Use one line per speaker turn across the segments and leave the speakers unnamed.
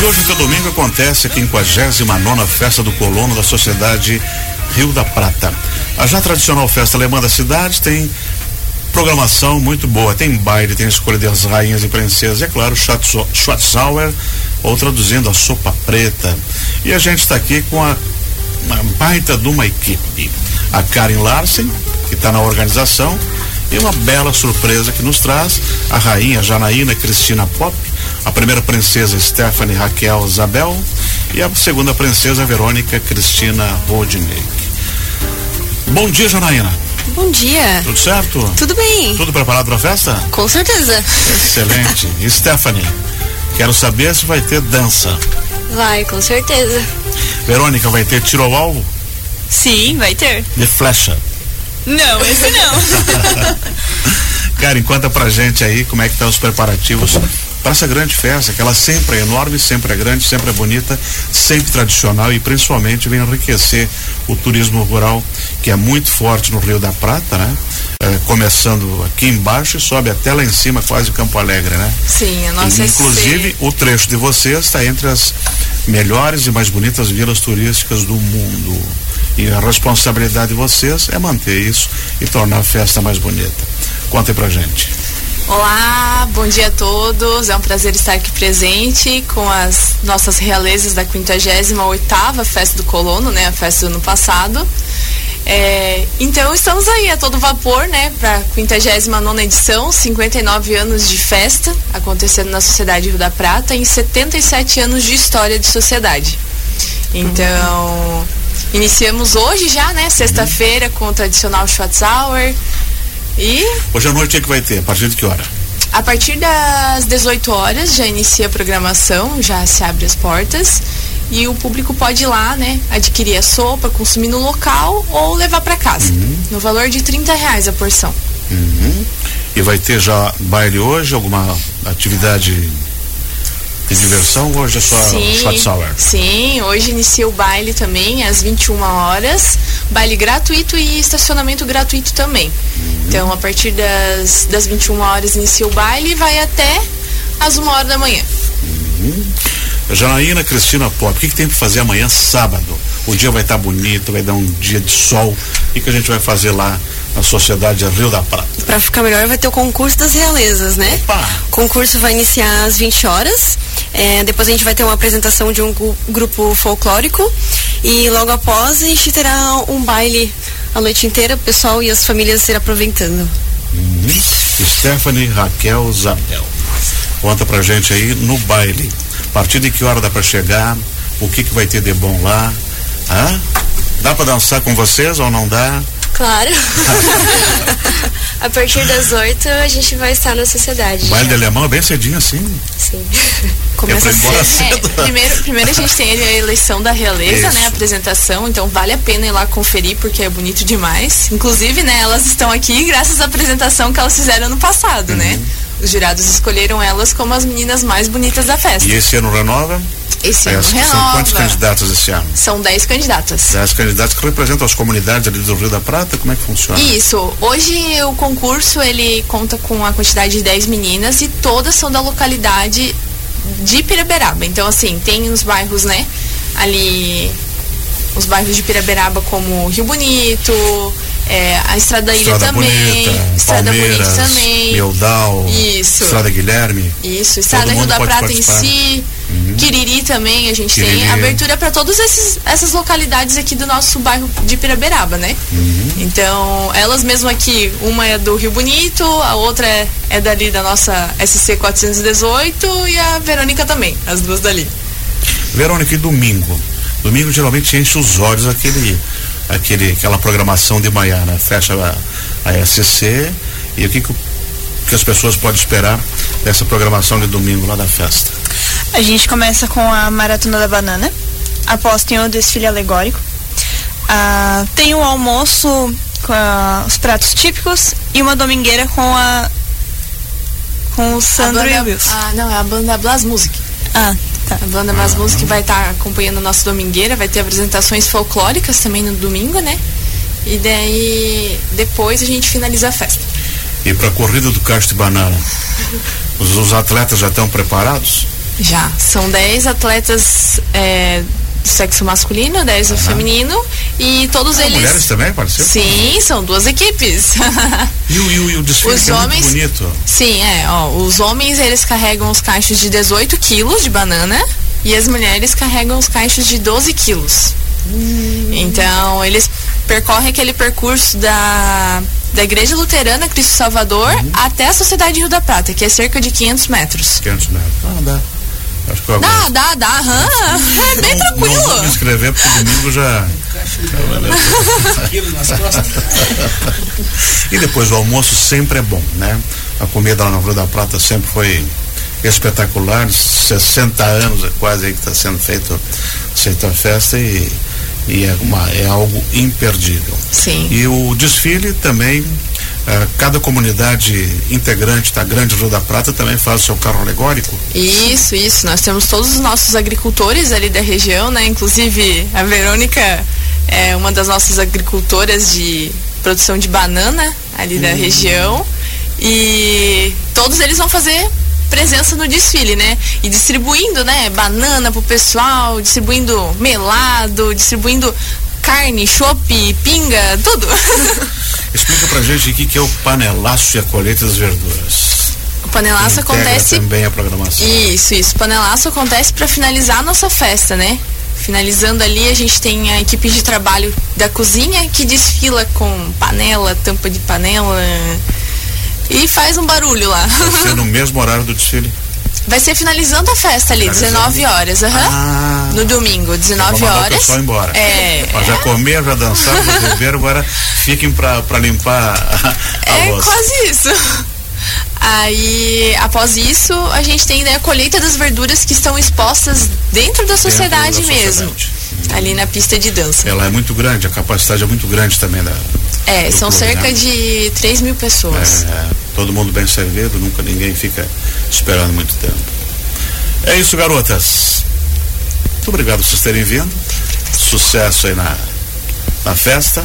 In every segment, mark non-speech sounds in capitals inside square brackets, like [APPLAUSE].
Música Domingo acontece a 59 Festa do Colono da Sociedade Rio da Prata. A já tradicional festa alemã da cidade tem programação muito boa. Tem baile, tem escolha das rainhas e princesas, e é claro, Schwarzauer, ou traduzindo a sopa preta. E a gente está aqui com a uma baita de uma equipe. A Karen Larsen, que está na organização, e uma bela surpresa que nos traz a rainha Janaína Cristina Pop, a primeira princesa Stephanie Raquel Zabel e a segunda princesa Verônica Cristina Rodnick. Bom dia, Janaína.
Bom dia.
Tudo certo?
Tudo bem.
Tudo preparado para a festa?
Com certeza.
Excelente. Stephanie, quero saber se vai ter dança.
Vai, com certeza.
Verônica, vai ter tiro ao alvo?
Sim, vai ter.
De flecha?
Não, esse não.
Karen, conta pra gente aí como é que tá os preparativos para essa grande festa, que ela sempre é enorme, sempre é grande, sempre é bonita, sempre tradicional e principalmente vem enriquecer o turismo rural, que é muito forte no Rio da Prata, né? É, começando aqui embaixo e sobe até lá em cima, quase Campo Alegre, né?
Sim, a nossa
e, Inclusive, é... o trecho de vocês está entre as melhores e mais bonitas vilas turísticas do mundo. E a responsabilidade de vocês é manter isso e tornar a festa mais bonita. Contem pra gente.
Olá, bom dia a todos. É um prazer estar aqui presente com as nossas realezas da 58ª Festa do Colono, né? A festa do ano passado. É, então estamos aí a todo vapor, né? Para a 59 edição, 59 anos de festa acontecendo na Sociedade Rio da Prata em 77 anos de história de sociedade. Então, iniciamos hoje já, né? Sexta-feira com o tradicional Schwarzauer. E?
Hoje à noite é que vai ter? A partir de que hora?
A partir das 18 horas já inicia a programação, já se abre as portas e o público pode ir lá, né, adquirir a sopa, consumir no local ou levar para casa, uhum. no valor de 30 reais a porção.
Uhum. E vai ter já baile hoje, alguma atividade de diversão ou hoje é só
sim,
Schwarzauer?
Sim, hoje inicia o baile também às 21 horas, baile gratuito e estacionamento gratuito também. Uhum. Então, a partir das, das 21 horas inicia o baile e vai até às 1 hora da manhã.
Uhum. Janaína Cristina Pop, o que, que tem para fazer amanhã, sábado? O dia vai estar tá bonito, vai dar um dia de sol. O que, que a gente vai fazer lá na Sociedade Rio da Prata?
Para ficar melhor, vai ter o concurso das realezas, né?
Opa.
O concurso vai iniciar às 20 horas. É, depois a gente vai ter uma apresentação de um grupo folclórico. E logo após, a gente terá um baile a noite inteira, o pessoal e as famílias irão aproveitando.
Uhum. Stephanie Raquel Zabel. Conta pra gente aí no baile. A partir de que hora dá para chegar, o que, que vai ter de bom lá. Hã? Dá para dançar com vocês ou não dá?
[LAUGHS] Claro.
a partir das oito a gente vai estar na sociedade.
O baile de alemão é bem cedinho assim?
Sim.
Começa cedo. tá cedo.
É, primeiro, primeiro a gente tem a eleição da realeza, Isso. né? A apresentação, então vale a pena ir lá conferir porque é bonito demais. Inclusive, né, elas estão aqui graças à apresentação que elas fizeram ano passado, uhum. né? Os jurados escolheram elas como as meninas mais bonitas da festa.
E esse ano renova? É,
Esse ano
São
renova.
quantos candidatos esse ano?
São 10 candidatas.
10 candidatos que representam as comunidades ali do Rio da Prata, como é que funciona?
Isso. Hoje o concurso ele conta com a quantidade de 10 meninas e todas são da localidade de Piraberaba. Então assim, tem os bairros, né? Ali os bairros de Piraberaba como Rio Bonito, é, a Estrada da Ilha
Estrada
também,
Bonita,
Estrada
Palmeiras,
Bonita também,
Mildau,
Isso.
Estrada Guilherme.
Isso, Estrada
Todo
Rio
mundo
da
pode
Prata
participar.
em si,
Uhum.
Quiriri também a gente
Quiriri.
tem abertura para todas esses- essas localidades aqui do nosso bairro de Piraberaba, né?
Uhum.
Então, elas mesmo aqui, uma é do Rio Bonito, a outra é, é dali da nossa SC 418 e a Verônica também, as duas dali.
Verônica, e domingo? Domingo geralmente enche os olhos aquele, aquele, aquela programação de manhã, né? Fecha a, a SC e o que, que, o- que as pessoas podem esperar dessa programação de domingo lá da festa?
A gente começa com a Maratona da Banana. Após tem o um desfile alegórico. Ah, tem o almoço com a- os pratos típicos e uma domingueira com a com o Sandro
a
e o
banda,
Wilson.
Ah, não, é a banda Blas Music.
Tá, Ah, tá.
A banda Mais Música vai estar acompanhando a nossa domingueira, vai ter apresentações folclóricas também no domingo, né? E daí depois a gente finaliza a festa.
E para a corrida do Castro de Banana, os, os atletas já estão preparados?
Já. São 10 atletas é, do sexo masculino, 10 do
Aham.
feminino e todos
Ah,
eles.
Mulheres também participam?
Sim, são duas equipes. [LAUGHS]
E o, e o- e o desfile
Os
que é
homens-
muito bonito.
Sim, é. Ó, os homens eles carregam os caixos de 18 quilos de banana e as mulheres carregam os caixos de 12 quilos. Então eles percorrem aquele percurso da, da Igreja Luterana Cristo Salvador
Uhum.
até a Sociedade Rio da Prata, que é cerca de 500 metros.
500 metros. Ah, dá. Acho que eu
Dá,
aguento.
dá, dá, aham. É bem
Não- Não vou me
tranquilo.
inscrever porque domingo já. né? [LAUGHS] E depois o almoço sempre é bom, né? A comida lá na Rua da Prata sempre foi espetacular, 60 anos é quase aí que está sendo feito feita a festa e, e é, uma, é algo imperdível.
Sim.
E o desfile também, ah, cada comunidade integrante da Grande Rua da Prata também faz o seu carro alegórico.
Isso, isso. Nós temos todos os nossos agricultores ali da região, né? Inclusive a Verônica é uma das nossas agricultoras de produção de banana ali da região. E todos eles vão fazer presença no desfile, né? E distribuindo, né, banana pro pessoal, distribuindo melado, distribuindo carne, chopp, pinga, tudo. [LAUGHS]
Explica pra gente o que, que é o panelaço e a colheita das verduras.
o panelaço
Integra
acontece
também a programação.
Isso, isso. Panelaço acontece para finalizar a nossa festa, né? Finalizando ali, a gente tem a equipe de trabalho da cozinha que desfila com panela, tampa de panela e faz um barulho lá. [LAUGHS]
Vai ser no mesmo horário do desfile.
Vai ser finalizando a festa ali,
Finalizando.
19 horas, aham.
Ah,
No domingo, 19
pra mandar o
horas.
pessoal embora.
É.
Ó, já comeram, já dançaram, já beberam, agora fiquem pra, pra limpar a, a
É
louça.
quase isso. [LAUGHS] Aí, após isso, a gente tem né, a colheita das verduras que estão expostas dentro da sociedade
da
mesmo.
sociedade.
Ali na pista de dança.
Ela é muito grande, a capacidade é muito grande também da.
É,
do
são
clube,
cerca
né?
de 3 mil pessoas.
É, todo mundo bem servido, nunca ninguém fica esperando muito tempo. É isso, garotas. Muito obrigado por vocês terem vindo. Sucesso aí na, na festa.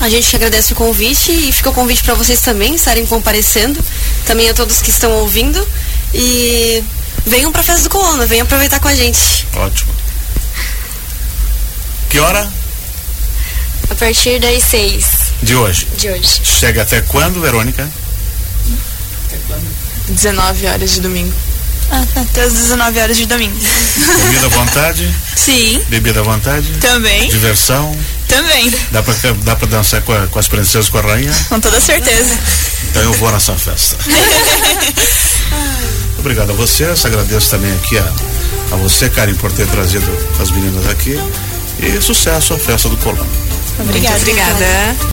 A gente agradece o convite e fica o convite para vocês também estarem comparecendo, também a todos que estão ouvindo e venham para festa do Colônia, venham aproveitar com a gente.
Ótimo. Que hora
A partir das 6
de hoje?
de hoje.
Chega até quando, Verônica?
19 horas de domingo.
Até as 19 horas de domingo.
Comida à vontade,
Sim,
bebida à vontade,
também,
diversão.
também,
Dá pra, dá pra dançar com, a- com as princesas, com a rainha?
com toda certeza.
Então eu vou nessa festa. Obrigado a vocês, agradeço também aqui a, a você, Karen, por ter trazido as meninas aqui. E sucesso à festa do Colombo.
Obrigada. Obrigada.